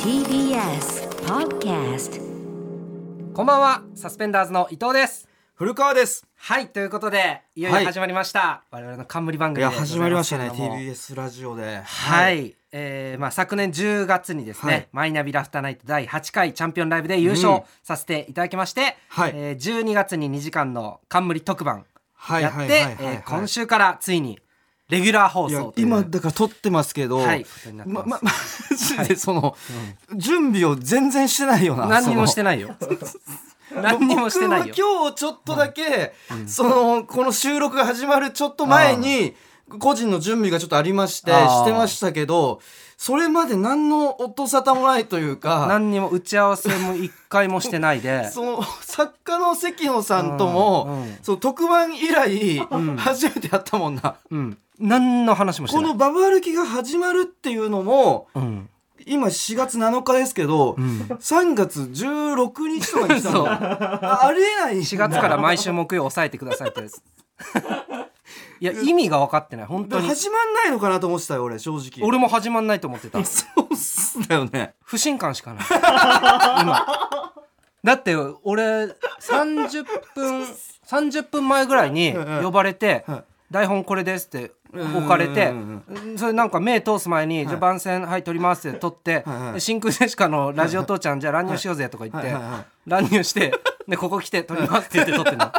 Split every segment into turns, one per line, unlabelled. TBS Podcast
こんばんは、サスペンダーズの伊藤です。
古川です。
はい、ということで、いよいよ
はい
始まりました。我々の冠番
い
組で
や
ございす
始まりましたね
けれども
TBS ラジオで。
は。い、えーまあ、昨年10月にですね、
はい
マイナビラフターナイト第8回チャンピオンライブで優勝させていただきまして、
はい
えー12月に2時間の冠特番
はい
や
は
っ
い
て
はいはい
えー今週からついにレギュラー放
いや
送という
今だから撮ってますけど、
はいことになってま
ますまマジでその、準備を全然してないよな。
何にもして
ない。
ない よ何にもしてないよ
僕は今日ちょっとだけ、そのこの収録が始まるちょっと前に。個人の準備がちょっとありまして
あー
してましたけどそれまで何の音沙汰もないというか
何にも打ち合わせも一回もしてない で
その作家の関野さんとも、
うんうん
その特番以来、初めてやったもんな、
うん、何の話もして
こ
ない
のババ歩きが始まるっていうのも
うん
今4月7日ですけど、
ん
3月16日とかに来た のあありえない
4月から毎週木曜抑えてくださいってですいや意味が分かってない本当に
始まんないのかなと思ってたよ俺正直
俺も始まんないと思ってた
そうっすだよね
不信感しかない今だって俺30分30分前ぐらいに
うん
呼ばれて
はい
「台本これです」って置かれて
うん
それなんか目通す前に「じゃあ番宣はい撮ります」って撮って
はいはい
で真空ジェシカの「ラジオ父ちゃんじゃあ乱入しようぜ」とか言っ
は
て
いはいはいはい
乱入して「でここ来て撮ります」って言って撮ってんの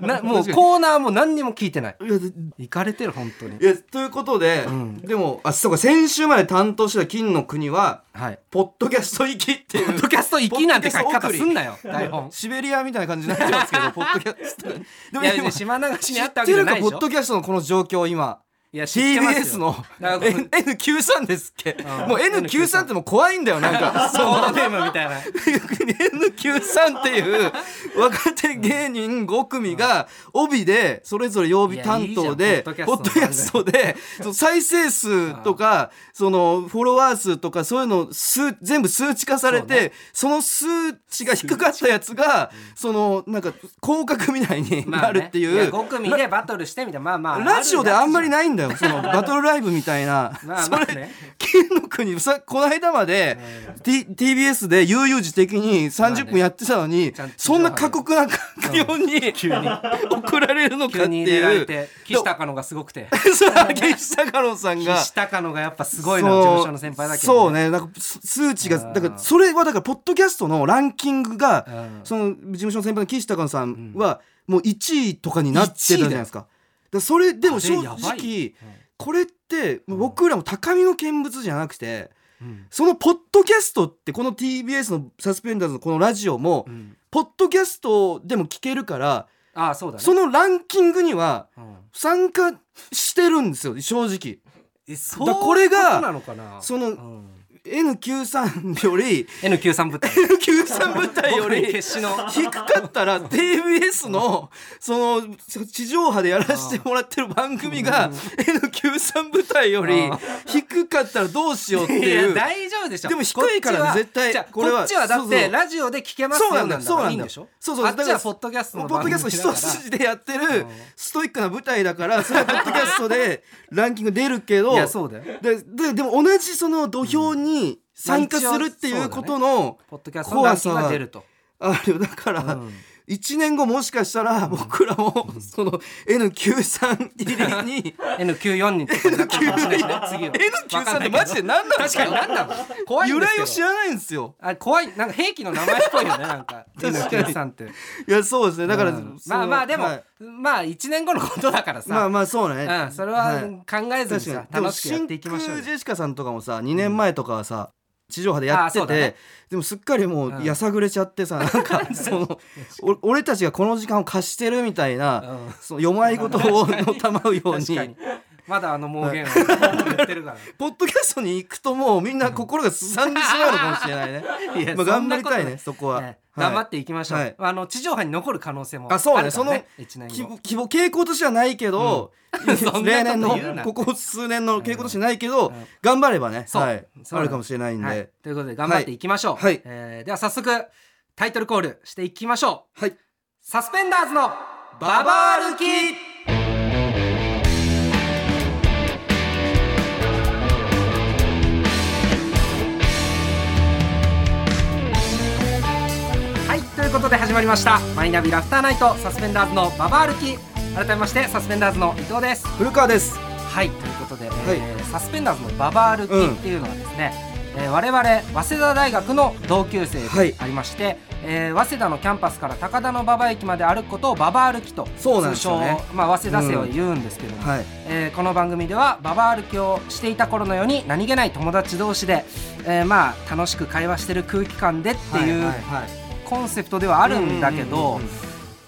なもうコーナーも何にも聞いてない
いやで
行かれてる本当に
いやということで、でもあそうか先週まで担当してた金の国は
はい
ポッドキャスト行きっていう
ポッドキャスト行きなんて書き方すんなよ台本
シベリアみたいな感じになってますけど、ポッドキャスト。 で
いやい
今
や島流しに
知
あった
っ
わけ
て
じゃ
る
な
か、
い
ポ
でし
ッ
ょ
ドキャストのこの状況、今。
いや知ってます
TBS の
だからこの
N- N93 ですっけ
ん
もう N93 ってもう怖いんだよなんか
コードネームみたいな
逆に N93 っていう若手芸人5組が帯でそれぞれ曜日担当
いやいい
で
じゃん
ポ
ポッ
ッド
ド
キ
キ
ャ
ャ
ス
ス
トでその再生数とかそのフォロワー数とかそういうの数全部数値化され
そう
てその数値が低かったやつがそのなんか広角みたいになるっていう
5組でバトルしてみたいなまあまあ
ラジオであんまり
い
ないんだよそのバトルライブみたいな
まあ
そ
まあ
れ
ね
金の国さこの間まで、T、TBS で悠々自適に30分やってたのに、
ちゃんと
そんな過酷な環境に、送られるのか
急
って
に入れら
い
れ
う。
て岸高野がすごくて
そう岸高野さんが
岸高野がやっぱすごいな
そう
事務所の先輩だけど
そうねなんかす数値が
うん
だからそれはだからポッドキャストのランキングが、
うん
その事務所の先輩の岸高野さんは、もう1位とかになってたじゃないですかだからそれでも正
あれやばい
直これってもう僕らも高みの見物じゃなくて、
うん
そのポッドキャストってこの TBS のサスペンダーズのこのラジオも、
うん
ポッドキャストでも聞けるから
ああそうだね
そのランキングには
うん
参加してるんですよ正直
えそう
だからこれが
そうなのかな
そうの
ん
N93 より
N93 部隊
N93 部隊よ
僕に
り
決死の
低かったら TBS のその地上波でやらせてもらってる番組が N93 部隊より
あ
低かったらどうしようって
い
い
や
う
大丈夫でしょ
でも低いか
こっち
らね
は
絶対
じゃあ
これは
こっちはだ
そ
っ
うそ
て
う
ラジオで聞けます
そう
よ
なんだ
な
よ
んだ
そう
から
なんだよ
いいんでしょ
そうそう
あっち
だから
はポッドキャスト
ポ
の
ッドキャスト一筋でやってる
ん
ストイックな舞台だ からそれはポッドキャストでランキング出るけど
いやそうだよ
でででも同じその土俵に参加するっていうことの
ポッドキャストのランキングが出ると
あれよだから
うん
1年後もしかしたら僕らもその N93 入り に
N94 に N93 次は
N93 ってマジで何なの
確かに何なの怖いん
由
ですけ
来
ど
を知らないんですよ
あ怖いなんか兵器の名前っぽいよねなんか N93 って
いやそうですねだから
うん
その
まあまあでも
はい
まあ1年後のことだから
まあ
さ
まあそうね
うんそれはい考えずに
確
さ
かに
楽しくやっていきましょう
でも真空
よ
ジェシカさんとかもさ2年前とかはさ、地上波でやって
あそう
て、
だね
でもすっかりも
う
うんやさぐれちゃってさ、なん かそのお俺たちがこの時間を貸してるみたいな、
うん
そのよまいことをのたまうように
確かにまだあの盲言を言ってるから
ポッドキャストに行くともうみんな心がすさんでしまうのかもしれないね
いや
まあ、
そ
頑
ん
張
な
り
こと
たいねそこは、
ね
はい
頑張っていきましょ
は
う
い
あの地上波に残る可能性も
あそうね
るから1年
希
後
望希望傾向としてはないけど、
そんな
例
こと
年
言う
の
な
ここ数年の傾向としてないけど、頑張ればね、
そう
はい、
そうな
あ
の
るかもしれないんで、
はい、ということで頑張っていきましょう、
はいはい
えーでは早速タイトルコールしていきましょう
はい
サスペンダーズのバ
バ
バ
バ
歩
歩
き
き
「
ことで始まりましたマイナビラフターナイトサスペンダーズのババ歩き改めましてサスペンダーズの伊藤です
古川です
はいということで、えー
は
サスペンダーズのババ歩きっていうのはですね、えー我々早稲田大学の同級生
はい
でありまして、えー早稲田のキャンパスから高田の馬場駅まで歩くことを馬場歩きと
そうなんで
通
すよ
称、
ね
まあ、早稲田生は言うんですけども、
はい
えーこの番組ではババ歩きをしていた頃のように何気ない友達同士で、えーまあ楽しく会話してる空気感でっていう
はいはい
コンセプトではあるんだけ
う
ど
んうんうん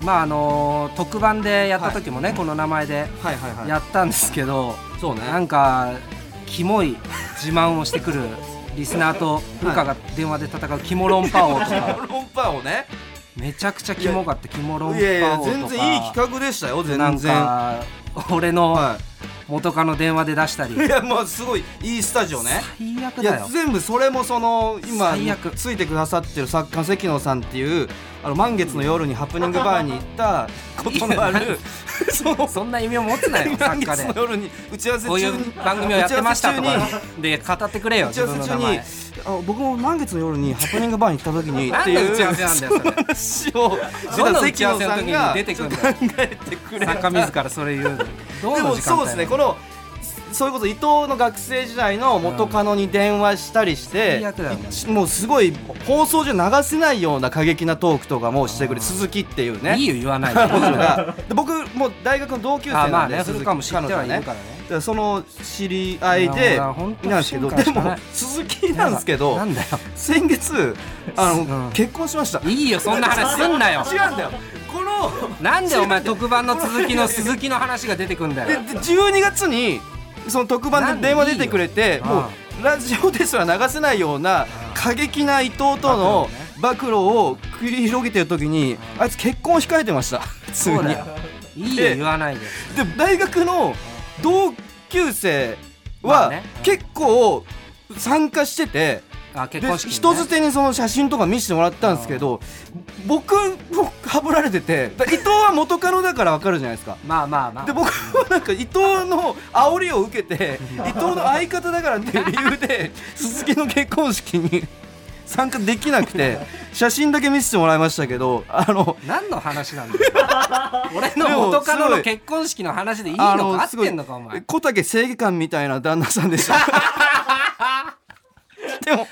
まああのー特番でやった時もね、この名前で
はいはいはい
やったんですけど、
そうね
なんかキモい自慢をしてくるリスナーと部下が電話で戦うキモ論破王と か
ロンパをね
めちゃくちゃキモかったキモ論破王と
い
か
やいや全然いい企画でしたよ全
なん
然
か俺の
は
元カノ電話で出 したり
いいやまあすごいいいスタジオね
最悪
い
だ
や
よ
全部それもその今
最悪
ついてくださってる作家関野さんっていうあの満月の夜にハプニングバーに行ったことのあ
いや
るその
そんな意味を持つなよ
満
作家
月の
で
夜に打ち合わ せ
こうい
中に
う番組をやってましたと
打ち合わ
か
せ中に
で語ってくれよ
打ち
自分の名
合わせ中に
前
あ僕も満月の夜にハプニングバーに行った時にって
なん
い
で
う
打ち合わせなんだよそれ
話を
どんな打ち合わせの時に出てくんだよ
ちょっと考えてくれた
作家自らそれ言うの
で
ど
も
の時間
そう
帯な
です
の
ねこのそういうこと伊藤の学生時代の元カノに電話したりして
最悪だよマジ、
もうすごい放送中流せないような過激なトークとかもしてくれ
あー
る鈴木っていうね
いいよ言わないで
彼女がで僕もう大学の同級生
あま
な
あ
んで
ね
鈴
古
木
川も知ってはいる
彼
か
女
らね
だからその知り合い
い
で
やもう
なん
本当
ですけど
不信感
で
しかない
も鈴木なんですけど
なんだよ
先月あの、
うん
結婚しました
いいよそんな話すんなよ
違うんだよこの
なんでお前特番の続きの 鈴木の話が出てくんだ
で
よ
で12月にその特番で電話出てくれて
なんでいいよ
もうラジオですら流せないような過激な伊藤との暴露を繰り広げてる時にあいつ結婚を控えてました普通
そう
に
だよいいよ言わないで
で大学の同級生
まあ
は
ね
結構参加してて
あ
で
結婚式にね
人づてにその写真とか見せてもらったんですけど僕もはぶられててだ伊藤は元カノだからわかるじゃないですか
まあまあまあ
で僕はなんか伊藤の煽りを受け て伊藤の相方だからっていう理由で鈴木の結婚式に 参加できなくて写真だけ見せてもらいましたけどあの
何の話なんだよ 俺の元カノの結婚式の話でいいの
あ
か合っ
すごい
てんのかお前
小竹正義感みたいな旦那さんでした でも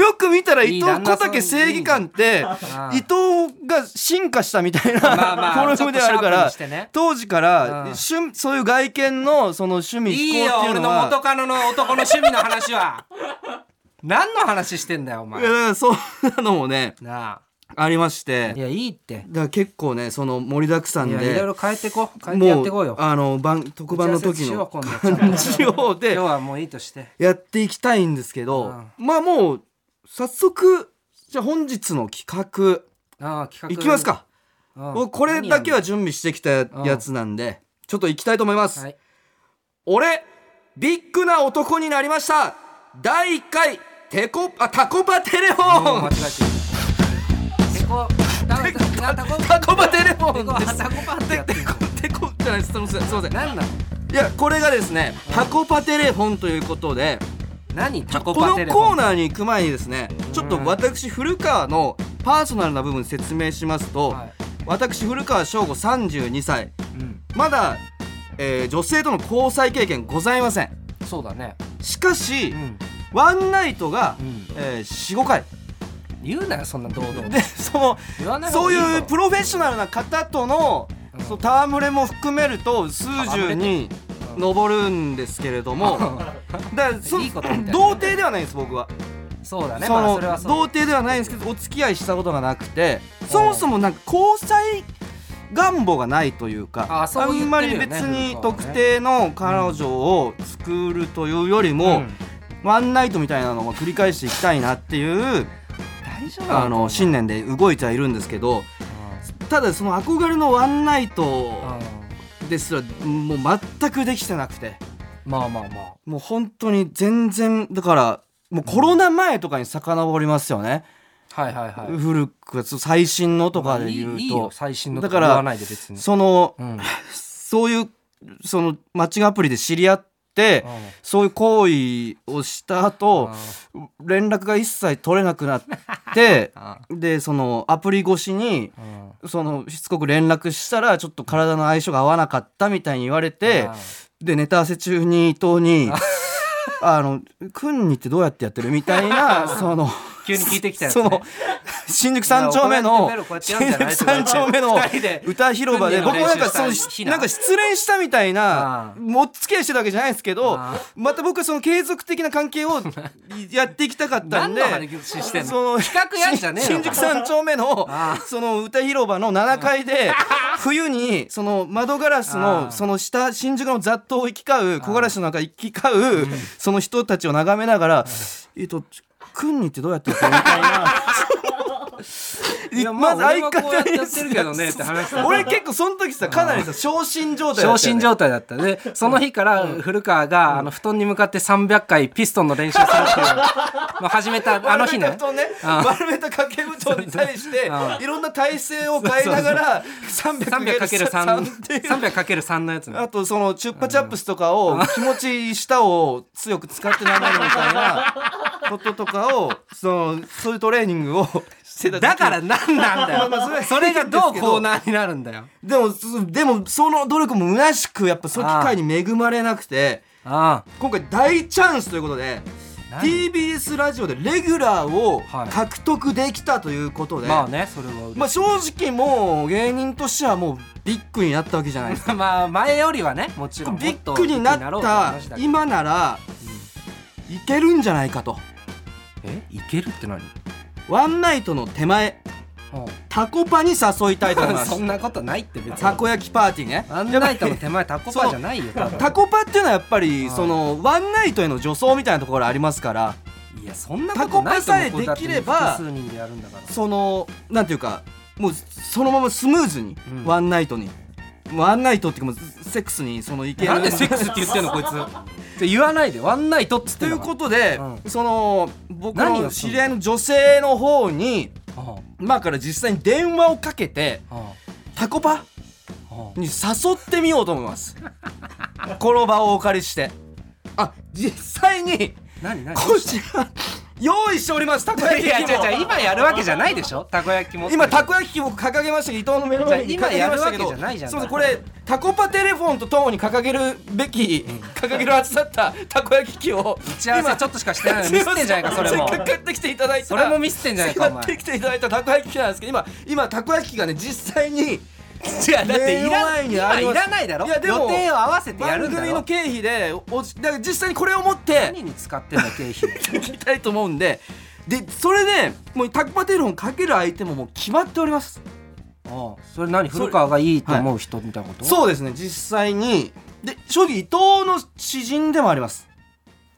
よく見たら伊
いい
藤
旦那
小
さん
竹正義感って
あ
伊藤が進化したみたい なフ
まあまあ
ォルムであ
ちょっとシャー
るか
プに
ら
してね
当時から趣そういう外見のその趣味
いい
嗜
よ
好ってい
俺
う
の
のは
元カノの男の趣味の話は何の話してんだよお前
いやだからそんなのもね
な
ありまし
あい
て
やいいって
だから結構ねその盛りだくさ
い
ん
や
で
いろいろ変えてこ変えてや
も
ってこうよ
あの番特番の時の
打ち合わせしよう今度
感じをで
今日はもういいとして
やっていきたいんですけどまあもう早速じゃあ本日の企
ああ企
画
画
いきますか
うん
もうこれだけは
何
準備してきたやつなんでちょっといきたいと思いま
やん
す
のはい
俺ビッグな男になりました第1回テコあタコパテレフ
もう
ォ
間
ン
違えてるテコタコタコ
タコパテレフォンです
タコパってやってる
テコテコじゃないですすみませんすいません
何なの
いやこれがですねタコパテレフォンということで
何タコ
こ
パ
の
テレフォン
コーナーに行く前にですねちょっと私古川のパーソナルな部分説明しますと、
はい
私古川翔吾32歳
うん
まだ、えー女性との交際経験ございません
そうだね
しかし、
うん
ワンナイトが、
うん
えー45回
言うなよそんな堂々
でその
言わない方
そ
が
う
いいぞ
いうプロフェッショナルな方との、
うん
そう戯れも含めると数十に上るんですけれ ども、だからそ
いいことみたいな
童貞ではないんです僕は、
そうだね
その、
まあそれはそう
童貞ではないんですけどお付き合いしたことがなくてそもそもなんか交際願望がないというか
あそう言ってるよね
んまり別に特定の彼女を作るというよりも、
うん
ワンナイトみたいなのを繰り返していきたいなっていう
大丈夫
あの信念で動いてはいるんですけどただその憧れのワンナイトですらもう全くできてなくて。
まあまあまあ
もう本当に全然だからもうコロナ前とかに遡りますよね、
はいはいはい
古く最新のとかで
い
言うと、
いいいよ最新のと
だ
か
か
言わな
ら
いで別に
その、
うんうん
そういうそのマッチングアプリで知り合って、そういう行為をした後連絡が一切取れなくなっ て
あ
でそのアプリ越しに
うん
そのしつこく連絡したらちょっと体の相性が合わなかったみたいに言われて
あ
でネタ合わせ中に伊藤に「あのくんにってどうやってやってる?」みた いなその。
急に聞いてきたやつ
そ
ね
の新宿三丁目の
いやこうやってやるん
新
じゃない
宿三丁目の
二人で
歌広場で
訓
僕
練
も
の
なん
練
か
習した
その
日な
なんか失恋したみたいな
あー
もっつけ合いしてたわけじゃないんですけど
あー
また僕はその継続的な関係をやっていきたかった
何
んで
の話してんの
その
企画やんじゃねえ
新
の
宿三丁目の
あー
その歌広場の7階 で冬にその窓ガラス
あー
のその下新宿の雑踏を行き交う木枯らしの中行き交うその人たちを眺めながら「えっとくんにってどうやってやってる?」みたいな。
いやまず
まず
相
相
方
方に
やってるけどねって話だ
俺結構その時さかなりさ昇進状態だ
昇
ったよ
進
ね
状態だったでその日から古川が、あの布団に向かって300回ピストンの練習するっていうのを始めたあの日ね
丸めた布団ね丸めた掛け布団に対して
う
いろんな体勢を変えながら 300×3 っていう
300×3 のやつね
あとそのチュッパチャップスとかを気持ち舌を強く使ってなめるみた いなこととかをそのそういうトレーニングを してた時
だから何なんだよ、
まあまあ
そ
そ
れ
れ
がどうコーナーになるんだよ
でもそでもその努力も虚しくやっぱそういう機会に恵まれなくて
あ
今回大チャンスということで
何
TBS ラジオでレギュラーを
はい
獲得できたということ
あ
で、
まあ
ま
ねそれは、
あ正直もう芸人としてはもうビッグになったわけじゃないです か
まあ前よりはね もちろん
ビッグにな
ろ
っ
うて
た
話だけど
今ならいけるんじゃないかと
えいけるって何
ワンナイトの手前タコパに誘いたいと思い ま
そ
す
んなことないって別
た
に
こ焼きパーティーね
ワンナイトの手前タコパじゃないよ多分
タコパっていうのはやっぱり
ああ
そのワンナイトへの助走みたいなところありますから
いやそんなことないと思う
タコパさえできれば
複数人でやるんだから
そのなんていうかもうそのままスムーズに、
うん
ワンナイトにワンナイトっていうかもうセックスにそのいける
なんでセックスって言ってんのこいつ言わないでワンナイトっつっ
と
て
い
んだ
う
か
ことで、
う
その僕
何
の
をする
知り合いの女性の方に
ら
今から実際に電話をかけて
うんうん
タコパ
うん
に誘ってみようと思いますこの場をお借りしてあ実際に
何何
こちら用意しておりますたこ焼
い
き器
や
も
違う違う今やるわけじゃないでしょたこ焼きも
今たこ焼き器僕掲げましたけど伊藤の目の前
じ
に
ゃあ
掲げましたけ
今やるわけじ
ど
ゃないじゃん
そうですこれタコパテレフォンとともに掲げるべき掲げるはずだったたこ焼き器を
打ち合わせちょっとしかしてないのにミスってんじゃないかそれも
せっかく買ってきていただいた
それもミスってんじゃないかお前
せっ買ってきていただいたたこ焼き器なんですけど今今たこ焼き器がね実際に
いやだってい
目の
ら
前に
今
ありま
い
す
らないだろ
いやでも
予定を合わせてや
番
るんだ
組の
よ
経費でおだから実際にこれを持って
何に使ってんだ経費
やっていきたいと思うんででそれでもうタコパテレフォンかける相手ももう決まっております
ああそれ何古川がいいと思う人みたいなことう
そうですね実際にで正直伊藤の詩人でもあります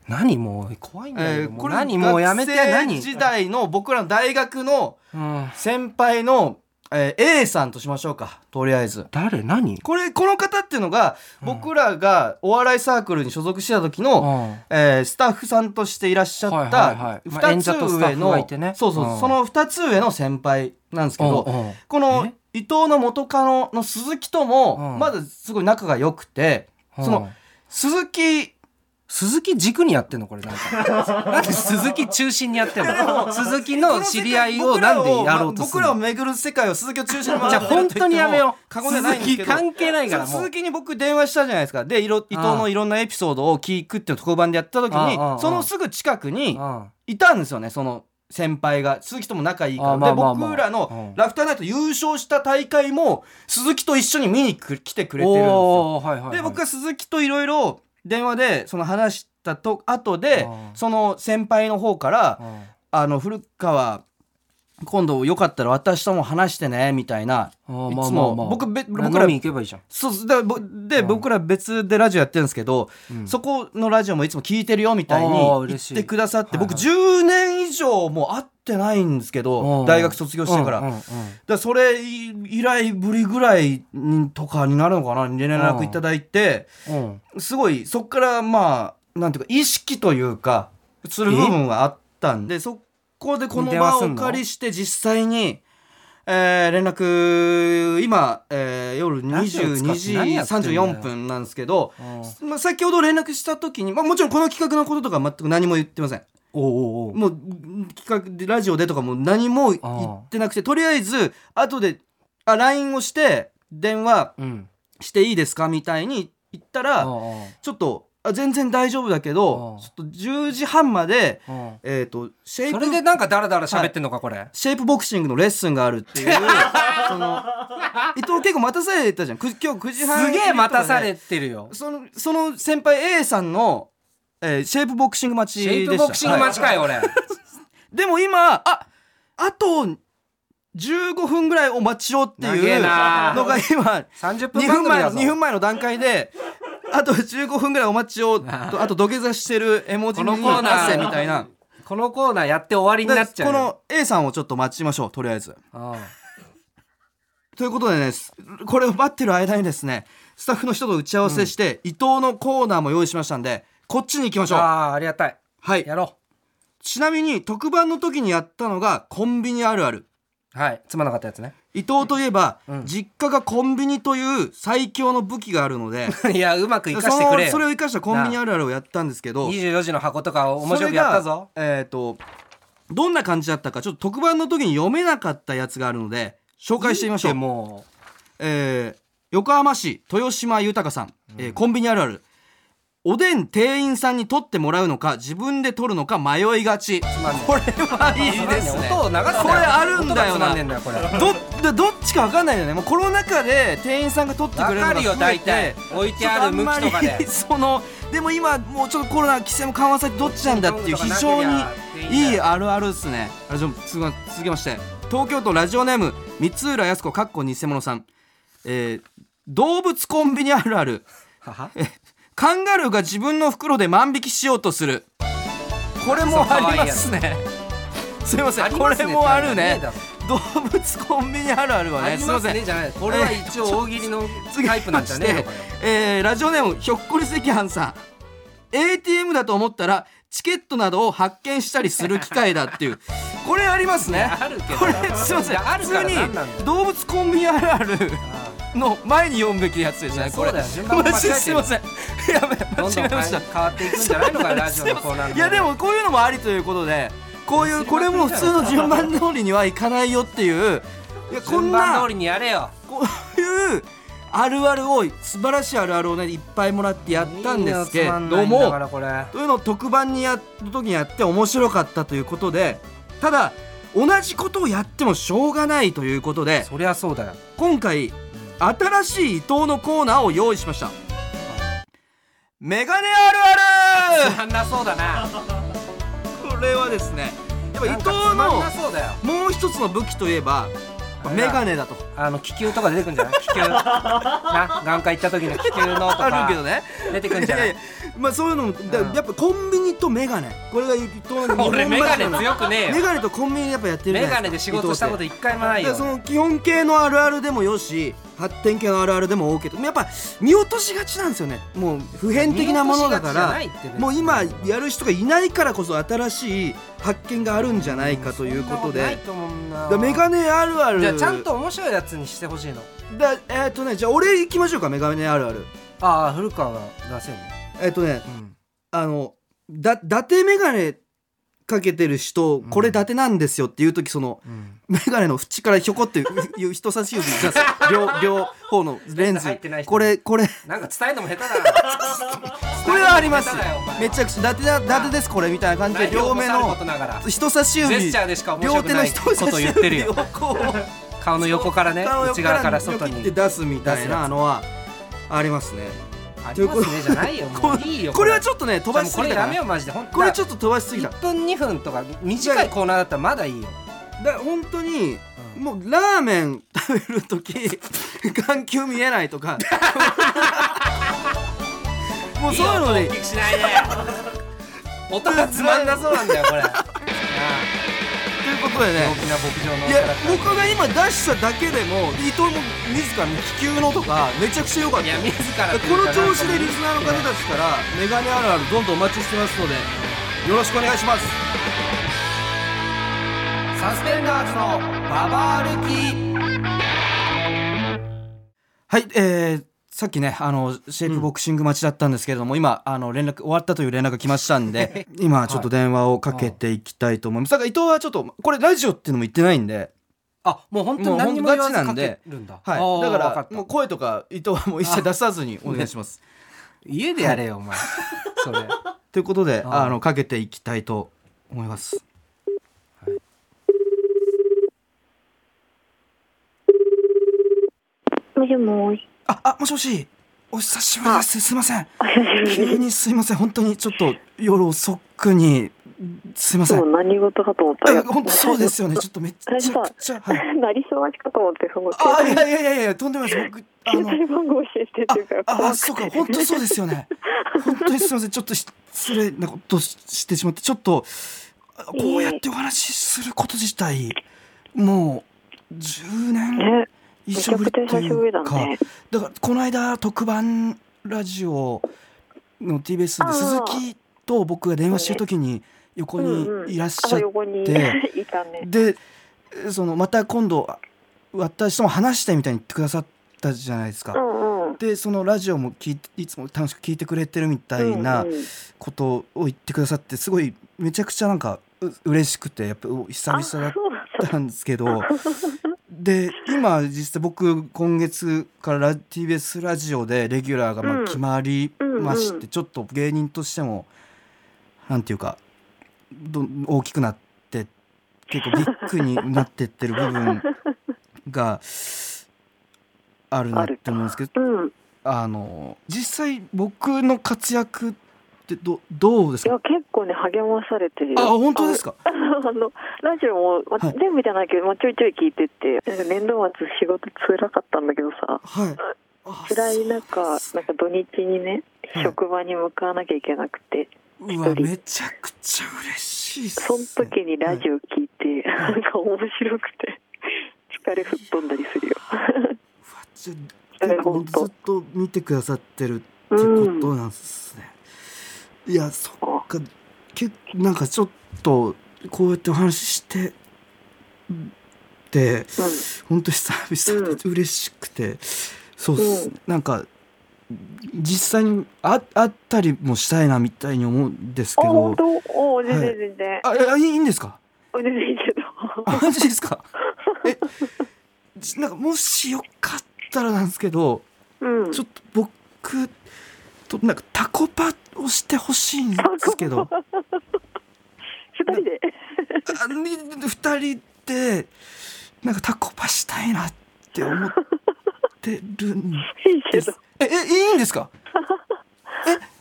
何もう怖いんだ
え
よ
ー
もう何もうやめて
学生
何
時代の僕らの大学の
うん
先輩の、えー A さんとしましょうかとりあえず
誰何
これこの方っていうのが僕らがお笑いサークルに所属してた時の、
うん
えースタッフさんとしていらっしゃ
はいは
っ
いは
た
いまあ
2
演
つ
者とスタッフ
上
がい
の
てね
そうそう
うん
その2つ上の先輩なんですけど
うんうん
この伊藤の元カノの鈴木と
う
も
ん
まだすごい仲が良くてその
うん
鈴木
鈴木軸にやってんのこれなん かなんで鈴木中心にやってんの鈴木の知り合いをなんでやろうとす
僕
る
らを
の
巡る世界を鈴木を中心に回
じゃあ本当にやめよう
過言ではないんです
鈴
け
木
ど
関係ないから
その
もう
鈴木に僕電話したじゃないですかでいろ伊藤のいろんなエピソードを聞くっていう特番でやった時
ああ
に
ああ
そのすぐ近くに
うん
いたんですよねその先輩が鈴木とも仲いいから
あまあまあ
で
まあ
僕ら
うん
のラフターナイト優勝した大会も鈴木と一緒に見にく来てくれてるんですよ
おーはいはいはい
で僕は鈴木といろいろ電話でその話したと後で
うん
その先輩の方から
う
「
ん
あの古川今度よかったら私とも話してね」みたいな
あーまあ
いつ
ま
も
あまあ
僕べ僕ら
飲み行けばいいじゃん
そうそうだからぼで、
うん
僕ら別でラジオやってるんですけど、
うん
そこのラジオもいつも聞いてるよみたいに
あー
言
嬉しい
ってくださって、
はいはい
僕10年以上もう会ってないんですけ
う
ど
ん
大学卒業してから,、
うんうん
だ
うん
からそれ以来ぶりぐらいにとかになるのかな連絡いただいて、
うん
すごいそっからまあなんていうか意識というかする部分はあったんでそこでこの
電話
場
すんの
を借りして実際に、えー連絡今、えー夜
ラジオ使
22
って
時
何やってんだよ
34分なんですけど、
うん
まあ、先ほど連絡した時に、まあ、もちろんこの企画のこととか全く何も言ってません
おうおうおう
もう企画でラジオでとかも何も言ってなくてとりあえず後であ LINE をして電話
うん
していいですかみたいに言った
ああ
らちょっとあ全然大丈夫だけど
ああ
ちょっと10時半まで、
ああ
えー、とシェイ
そ
プ
れでなんかダラダラ喋ってんのかこれ、
シェイプボクシングのレッスンがあるっていう その伊藤結構待たされたじゃんく今日9時半
すげえ待たされ
た
てるよ
そのその先輩 A さんの、えーシェイプボクシング待ち
シ
で
ェ
し
イ
た
プボクシング
はい
間近い 俺
でも今ああと15分ぐらいお待ちをって
長
い
え
うの
な
が今
30分
2
番
分
組
前
だ
の
ぞ
2分前の段階であと15分ぐらいお待ちをとあと土下座してる絵文字に
このコーナー
汗みたいな
このコーナーやって終わりになっちゃう
こ
よ
の A さんをちょっと待ちましょうとりあえず。
あ
ということでねすこれを待ってる間にですねスタッフの人と打ち合わせして、伊藤のコーナーも用意しましたんでこっちに行きまし
あ
ょう。
ああありがたい
はい、
やろ
ちなみに特番の時にやったのがコンビニあるある。
うはいつまんなかったやつね
伊藤といえば、
うん
実家がコンビニという最強の武器があるので
いやうま く生か
そ
してくれ
の
よ
それを生かしたコンビニあるあるをやったんですけど
24時の箱とか面白くやったぞ
それがえっ、とどんな感じだったかちょっと特番の時に読めなかったやつがあるので紹介してみましょ
いい
う
っても
えー横浜市豊島豊さん、えーコンビニあるあるおでん店員さんに取ってもらうのか自分で取るのか迷いがち
うつまんね
これはいいですね
音を流すなよ
これあるんだよ
音がつま
なん
ねえんだよこれ
どどどっちか分かんないよねもうコロナ禍で店員さんが取ってくれるのが
わかるよ
増えて
大体置いてある向きとかで
ちょっあんまりそのでも今もうちょっとコロナ規制も緩和されてどっちなんだっていう
そういう
非
こと
常
が
に
なけりゃいいんだよ
いいあるあるですねあじゃあ続きま続きまして東京都ラジオネーム三浦靖子かっこ偽物さん、えー動物コンビニあるある
は
カンガルーが自分の袋で万引きしようとするこれもありますねすいませんこれもあるね動物コンビニあるあるは
あ
ね
り
すいま
ます
せん
ねじゃないこれは一応大喜利 の
次
タイプなんじゃねえのかよ
えーラジオネームひょっこり赤飯さん ATM だと思ったらチケットなどを発見したりする機会だ っていうこれありますね
あるけど
これすいません
あ
普
る
通
から何なんだ
に
よ
動物コンビニあるあるの前に読むべきやつでした
い
ね
や
これ
そうだよ順番を間違えてる
マジすいませんや
ど
べ
んど
間
ん
違えました
変わっていくんじゃないのかよラジオのコーナーの
いやでもこういうのもありということでこういうこれも普通の順番通りにはいかないよっていういやこん
順
な
番通りにやれよ
こういうあるあるを素晴らしいあるあるをねいっぱいもらってやったんですけ
いいよつまんな
ど
いんだか
も
らこれ
というのを特番にやった時にやって面白かったということでただ同じことをやってもしょうがないということで
そりゃそうだよ
今回新しい伊藤のコーナーを用意しましたメガネあるある
つまんなそうだな
これはですねやっぱ伊
なん
藤
かつまん
の
なそうだよ
もう一つの武器といえば
あれ
メ
だ
ガネだと
あの気球とか出てくんじゃない気 球な眼科行った時の気球のとか
あるけどね
出てくんじゃない
やややまあそういうのもだ
うん
やっぱコンビニとメガネこれが伊藤の日本橋
俺メガネ強くねえよ
メガネとコンビニでやっぱやってるじゃない
メ
です
ガ
か
ネで仕事したこと
伊藤
一回も
っ
な
て
い
だ
よ
からその基本系のあるあるでもよし発展系のあるあるでも OK とやっぱ見落としがちなんですよねもう普遍的なものだ
見
か
落としがちじゃないって別
ら
に
もう今やる人がいないからこそ新しい発見があるんじゃないかということ
そん
で
なないと思うんだよ
だからメガネあるある
じゃあちゃんと面白いやつにしてほしいの
だえーっとねじゃあ俺行きましょうかメガネあるある
ああ古川が出せるの
えーっとね
うん
あのだ伊達メガネかけてる人、これ伊達なんですよっていう時その
うん
メガネの縁からひょこっていう人差し指出 す両両方のレン
レンズ入
ズ
ってない人
これこれ
なんか伝えるのも下手だな
これはあります
下手だよお前は
めちゃくちゃ伊達だ伊達ですこれみたいな感じで両目
代表もさる
の
ことながら
人差し
ジェ
指
スチャーでしか面
両
白
手
く
の
ない
人
こ
差
と
し
言ってる
指 を
よ
こう
顔の横からね
顔の
内
横
側から外
ニョキ
に
って出すみたいなのはありますね
ありますねじゃないよもういいよ
これはちょっとね飛ばしす
こ
ぎ
れ
た
や
か
め
な
よマジでほんと
これちょっと飛ばしすぎた
1分2分とか短いコーナーだったらまだいいよ
だ本当に、
うん
もうラーメン食べる時 眼球見えない とかもうそういうの
いい
に
よ音大きくしないで音がつまんなそうなんだよ これなあ
ということで
大
ね
きな牧場の
いや僕が今出しただけでも伊藤も自ら気球のとかめちゃくちゃ良かっ
い
た
や自ら
この調子でリスナーの方たちからメガネあるあるどんどんお待ちしてますのでよろしくお願いします
サスペンダーズのババ歩き
はい、えーさっきねあのシェイプボクシング待ちだったんですけれども、今あの連絡終わったという連絡が来ましたんで 今ちょっと電話をかけていきたいと思います、だから伊藤はちょっとこれラジオっていうのも言ってないんで
あもう本当に何にも言わずかけるんだあ
はい、
ー
だか
わ
ら
った
もう声とか伊藤はもう一切出さずにお願いします。
家でやれよお前 それ
ということで
あー
あのかけていきたいと思います。
もしもし。
ああもしもしお久しぶりですすいません
あ、久しぶりで。
急にすいません本当にちょっと夜遅くにすいますせん
もう何事かと思った
え
よ。
本当そうですよねちょっとめっちゃ
大丈夫
くちゃはい。
なりすましかと思って、その
あ
携
い
帯
やいやいやいやとんでもないです僕あ
携
の
帯番号教えてっていうから。
あ
怖
あ
くて
そうか本当そうですよね本当にすいませんちょっとし失礼なことししてしまってちょっとあこうやってお話しすること自体もう10年
ね、
以
めち
上
ゃ
ぶ
く
り
ち
と
ゃ久
い
しぶりだ
うか
ね。
だからこの間特番ラジオの TBS
あ
で
あ
鈴木と僕が電話してる時に横に
うんうん
いらっしゃ
あ、
っ
横にい
で
たね。
でそのまた今度あ私とも話したいみたいに言ってくださったじゃないですか
う。んうん。
でそのラジオも聞いていつも楽しく聞いてくれてるみたいな
うんうん
ことを言ってくださってすごいめちゃくちゃなんかう嬉しくてやっぱお久
あ、
々
そう
だ
だ
っ
った。
たんですけどで今実際僕今月からラ TBS ラジオでレギュラーがま
う
あ
ん
決まりまして、
うんうん
ちょっと芸人としてもなんていうかど大きくなって結構ビッグになってってる部分があるなって思うんですけど
うん。
あの実際僕の活躍ってどどうです
い
か
や、結構ね、励まされてるよ。
あ本当ですか
ああのラジオも、ま
はい
全部じゃないけど、まちょいちょい聞いててなんか年度末仕事辛かったんだけどさ
はいあ
辛い中
そ
なんか土日にね
はい
職場に向かわなきゃいけなくて、
うですねうわめちゃくちゃ嬉しいっす、ね、
その時にラジオ聞いて、なんか面白くて疲れ吹っ飛んだりするよ。
うわじゃ
え
でも
本当
ずっと見てくださってるってこ
うん、
となんですね、いやそっかけなんかちょっとこうやってお話ししてで本当久々で嬉しくて、そうっす、
うん
なんか実際にあ会ったりもしたいなみたいに思うんですけ
あ
ど
本当おー全
はい
然全然、
あえあいいいいんですか
全然いいけど
あマジですかえちなんかもしよかったらなんですけど
うん
ちょっと僕となんかタコパをしてほしいんですけど
二人で
あに二人でなんかタコパしたいなって思ってるん
いいけ
です
ど
ええいいんですか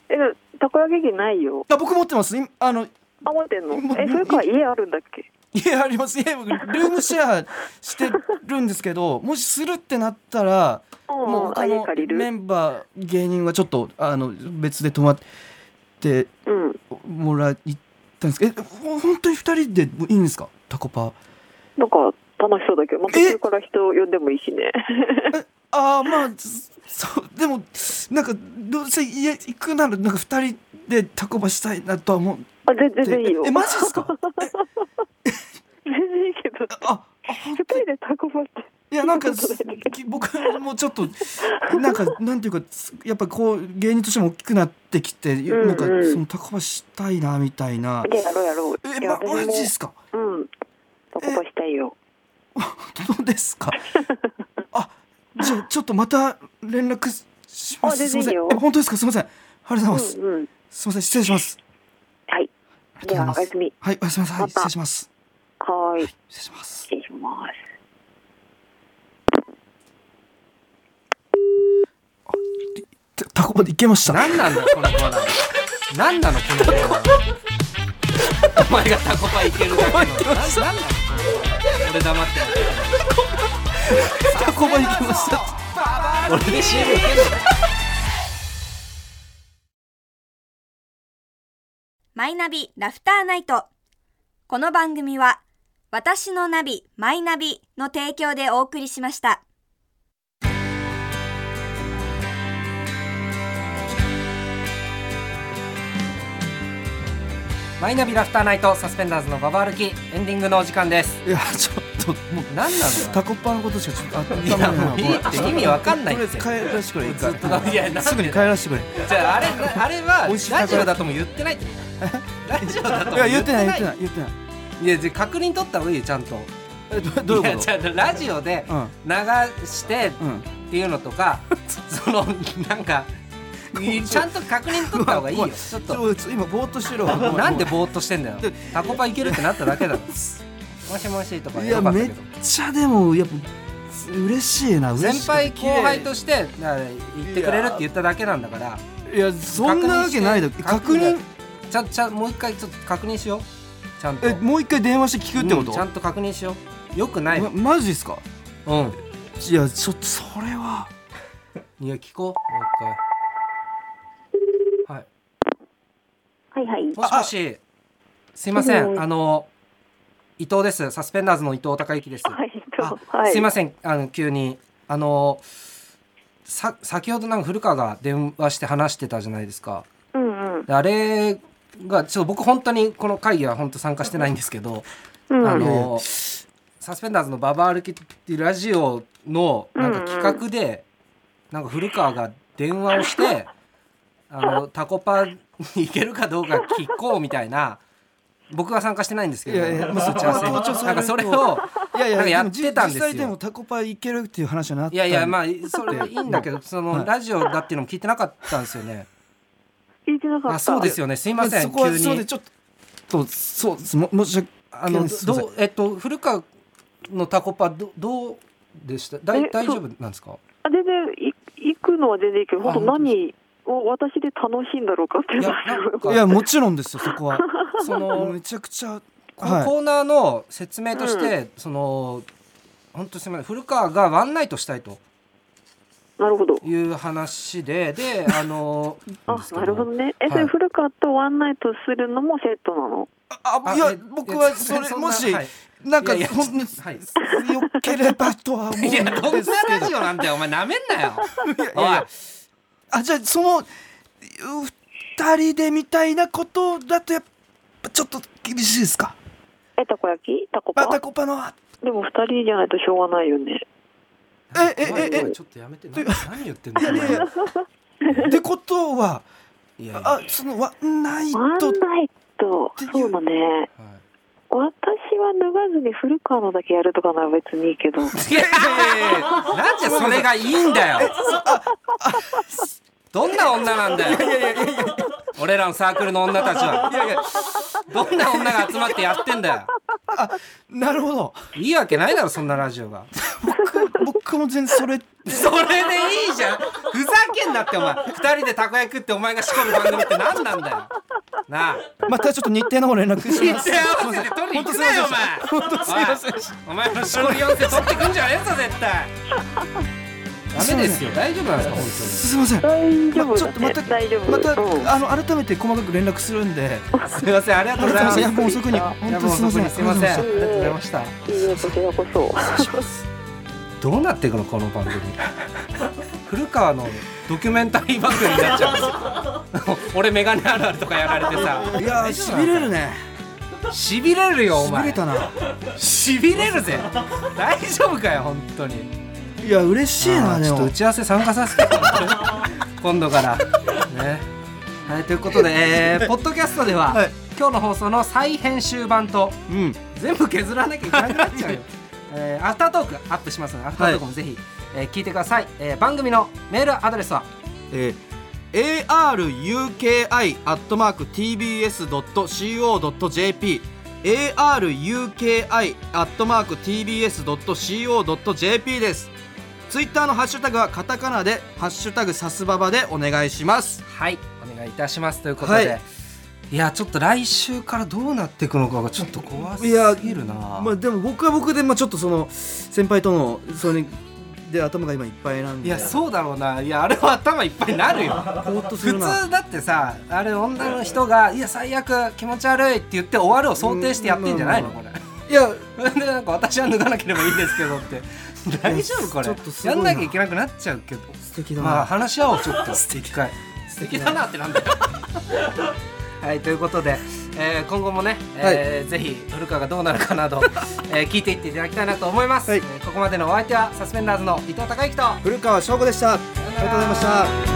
えたこ焼き器ないよ
あ僕持ってます。いあの
あ持ってんの
もう
えそれか家あるんだっけ
家あります。家僕ルームシェアしてるんですけ ど、もしするってなったら、も
う
うん他
あ家
の
借り
メ
る
ンバー芸人はちょっとあの別で泊まって
うん
もらいたんですけど、えほ本当に二人でいいんですか？タコパ。
なんか楽しそうだけど、まあ、途
え
中から人呼んでもいいしね。
ああまあそそう でもなんかどうせ家行くならなんか二人でタコパしたいなとは思って。
あ、全全然いいよ。
えマジですか？
全然いいけど、
ああ本
二
当に
人でタコパって。
いやなん か
そうだよね
き僕もちょっとなんかなんていうかすやっぱこう芸人としても大きくなってきて、
んうん
なんかその高橋したいなみたいな。
で、やろうやろう。
え
いや
ま、
私
マ
も
ジですか
うん。タコパしたいよ。
本当ですかあじゃあちょっとまた連絡しま
あ
す
全
すいま
然い
せ
い
ん
よ
え本当ですかすいませんありがとう
う
ございます、
んうん。
すいません失礼します
はい。
あり
で
がとう
は、
ござ
お
います
やすみ。
はいおやすみなさい
また
失礼します
はーい。
失礼します
失礼します。
たタコパで行けました
何なんだよこのコーナー何なのこのコーナー お前がタコパいけるだけの何なんだよこのコーナー俺黙って
タコパ行けました
る俺で CM いけんの
マイナビラフターナイト。この番組は、私のナビ、マイナビの提供でお送りしました。
マイナビラフターナイトサスペンダーズのババ歩きエンディングのお時間です
いやちょっともう
何なの
タコパのことしかちょっとあ
いやもういいって意味わかんないって
とりあえず帰らしてくれ一
ずっとだいやなんで
回すぐに帰らしてくれ
じゃああれあれは
美味しい
ラジオだとも言ってないってことラジオだと
い
も
や言ってない
い
言ってない言ってない
いやじゃあ確認取った方がいいよちゃんと
えどどういう
や
こ
じ
と
ゃあラジオで
うん
流してっ
うん
ていうのとか、 そのなんかちゃんと確認取った方がいいよ
怖
ちょっ
ち
と
ょちょ今ぼーっとしてるわごめ
なんで
ご
ぼーっとしてんだよタコパいけるってなっただけだろもしもしとか
めんい
よ
や
かった
め
け
っ
ど
ちゃでもやっぱ嬉しいな嬉
先
しくて
輩
綺麗
後輩としてだから言ってくれるって言っただけなんだから
いやそんなわけないだろ確
確認
認
してちゃんちゃんもう一回ちょっと確認しようちゃんと
えもう一回電話して聞くってこ
う
と
んちゃんと確認しようよくない
ま
わ
マジですか
うん
いやちょっとそれはい
や聞こうもう一回はい
はいはい。
もしもしすいませ
うん
んあの伊藤ですサスペンダーズの伊藤孝之です
はい、
あ
と、はい。
すいま
せ
せんあの急にあのさ先ほどなんか古川が電話して話してたじゃないですか
ん。うんうん。
であれがちょっと僕本当にこの会議は本当参加してないんですけど、
うん、
あのサスペンダーズの「ババ歩き」っていうラジオのなんか企画で、なんか古川が電話を してあのタコパに行けるかどうか聞こうみたいな僕は参加してないんですけど
いやいや
打ち合わせに
もうそこは
なんかそれを
いやい
なんかや
でも
ってたんですよ
実際でもタコパいけるっていう話になったん
い
で
やいや まあそれいいんだけどそ
は
の
い
ラジオだっていうのも聞いてなかったんですよね。
聞いてなかった。
あそうですよねすいませ
そ
ん
こは
急
そうで
に。
ちょっとそうですももし訳
あ
急
の
にすいません
どうえっと古川のタコパどどうでしただい
え
大丈夫なん ですか
あ全然い行くのは全然いいけど、
あ
本当何を私で楽しいんだろうかってい
い
うの
や
は
なんか
いやもちろんですよそ こは
そ
もう
の
めちゃくちゃ
この
は
コーナーの説明として、その本当すみません古川がワンナイトしたいと
なるほど。
いう話でであのん
あ
です、け
なるほどね。え、そ
はい
れ古川とワンナイトするのもセットなの。
いあ
あ
いや
え
僕は
え
それ
んな
もし
はい
なんか
いやいや
ほん
はい
によければとは思 うん
いやどんな
ですけ
ラジオなんだよお前なめんなよ
どいやいやあじゃあそのう二人でみたいなことだとやっぱちょっと厳しいですか
え、たこ焼きたこ
ま
パ
あタコパのは
でも二人じゃないとしょうがないよね。
おい
ええええ
おいおいちょっとやめてな何言ってんの
いやいやいやってことは
お前いやいや
あそのワンナイ
ワン
ト
ナイト
っていう、
そうだね。
はい
私は脱がずに古川のだけやるとかなら別にいいけど。
いやいやいやいやなんでそれがいいんだよどんな女なんだよ俺らのサークルの女たちはい
やいや
どんな女が集まってやってんだよ
なるほど
いいわけないだろそんなラジオが
僕僕も全然それ
それでいいじゃんふざけんなってお前二人でたこ焼き食ってお前が仕込む番組って何なんだよなあ
またちょっと日程の方連絡し
一
ます
手合わせて取りに行くなよお前
本当すいませんでした
おいお前の仕込み4手取ってくんじゃねえぞ絶対ダメですよ大丈夫なんですか本当に
すいません
大
ま
丈夫
ちょっ
だっ
と
て、
また
大丈夫。
また
うん
あの改めて細かく連絡するんです
みません、ありがとうございます。
いやもう遅くに本当にすいま
いやもう
せん
遅くにすみません。あ
あ
り
り
がとうございました。
いいえ、こちらこそ。
どうなっていくのこの番組。古川のドキュメンタリー番組になっちゃうんですよ。俺メガネあるあるとかやられてさ。
いやーしびれるね
しびれるよお
しびれ
前。
たな
しびれるぜ。大丈夫かよ本当に。
いや嬉しい
あ
な
ー
で
ちょっと
も
打ち合わせ参加させ て今度からねはいということで、えーポッドキャストでは、
はい
今日の放送の再編集版と、
うん
全部削らなきゃいけなくなっちゃうよ、えーアフタートークアップしますのでアフタートークもぜひ、えー聞いてください、えー番組のメールアドレスは
えー aruki.tbs.co.jp aruki.tbs.co.jp ですツイッターのハッシュタグはカタカナで「ハッシュタグさすばば」でお願いします
はいお願いいたしますということで、
はい
い、やちょっと来週からどうなっていくのかがちょっと怖す
いや
ぎるな、
まあでも僕は僕で、まあ、ちょっとその先輩とのそれで頭が今いっぱいなんで
い
い
やそうだろうないやあれは頭いっぱいになるよ
ぼーっとす
普
るな
通だってさあれ女の人が「いや最悪気持ち悪い」って言って終わるを想定してやってんじゃないの
うん
これ
いや
でなんか私は脱がなければいいんですけどって 大丈夫これ
ちょっとすご
や
いなん
なきゃいけなくなっちゃうけど
素敵だな、
まあ話 し合おうちょっと素敵かい素敵だなってなんだよはいということで、ええー今後もね、えーぜひ古川がどうなるかなど、 えー聞いていっていただきたいなと思います、
はい
えーここまでのお相手はサスペンダーズの伊藤孝之とあ
古川翔吾でしたありがとうございました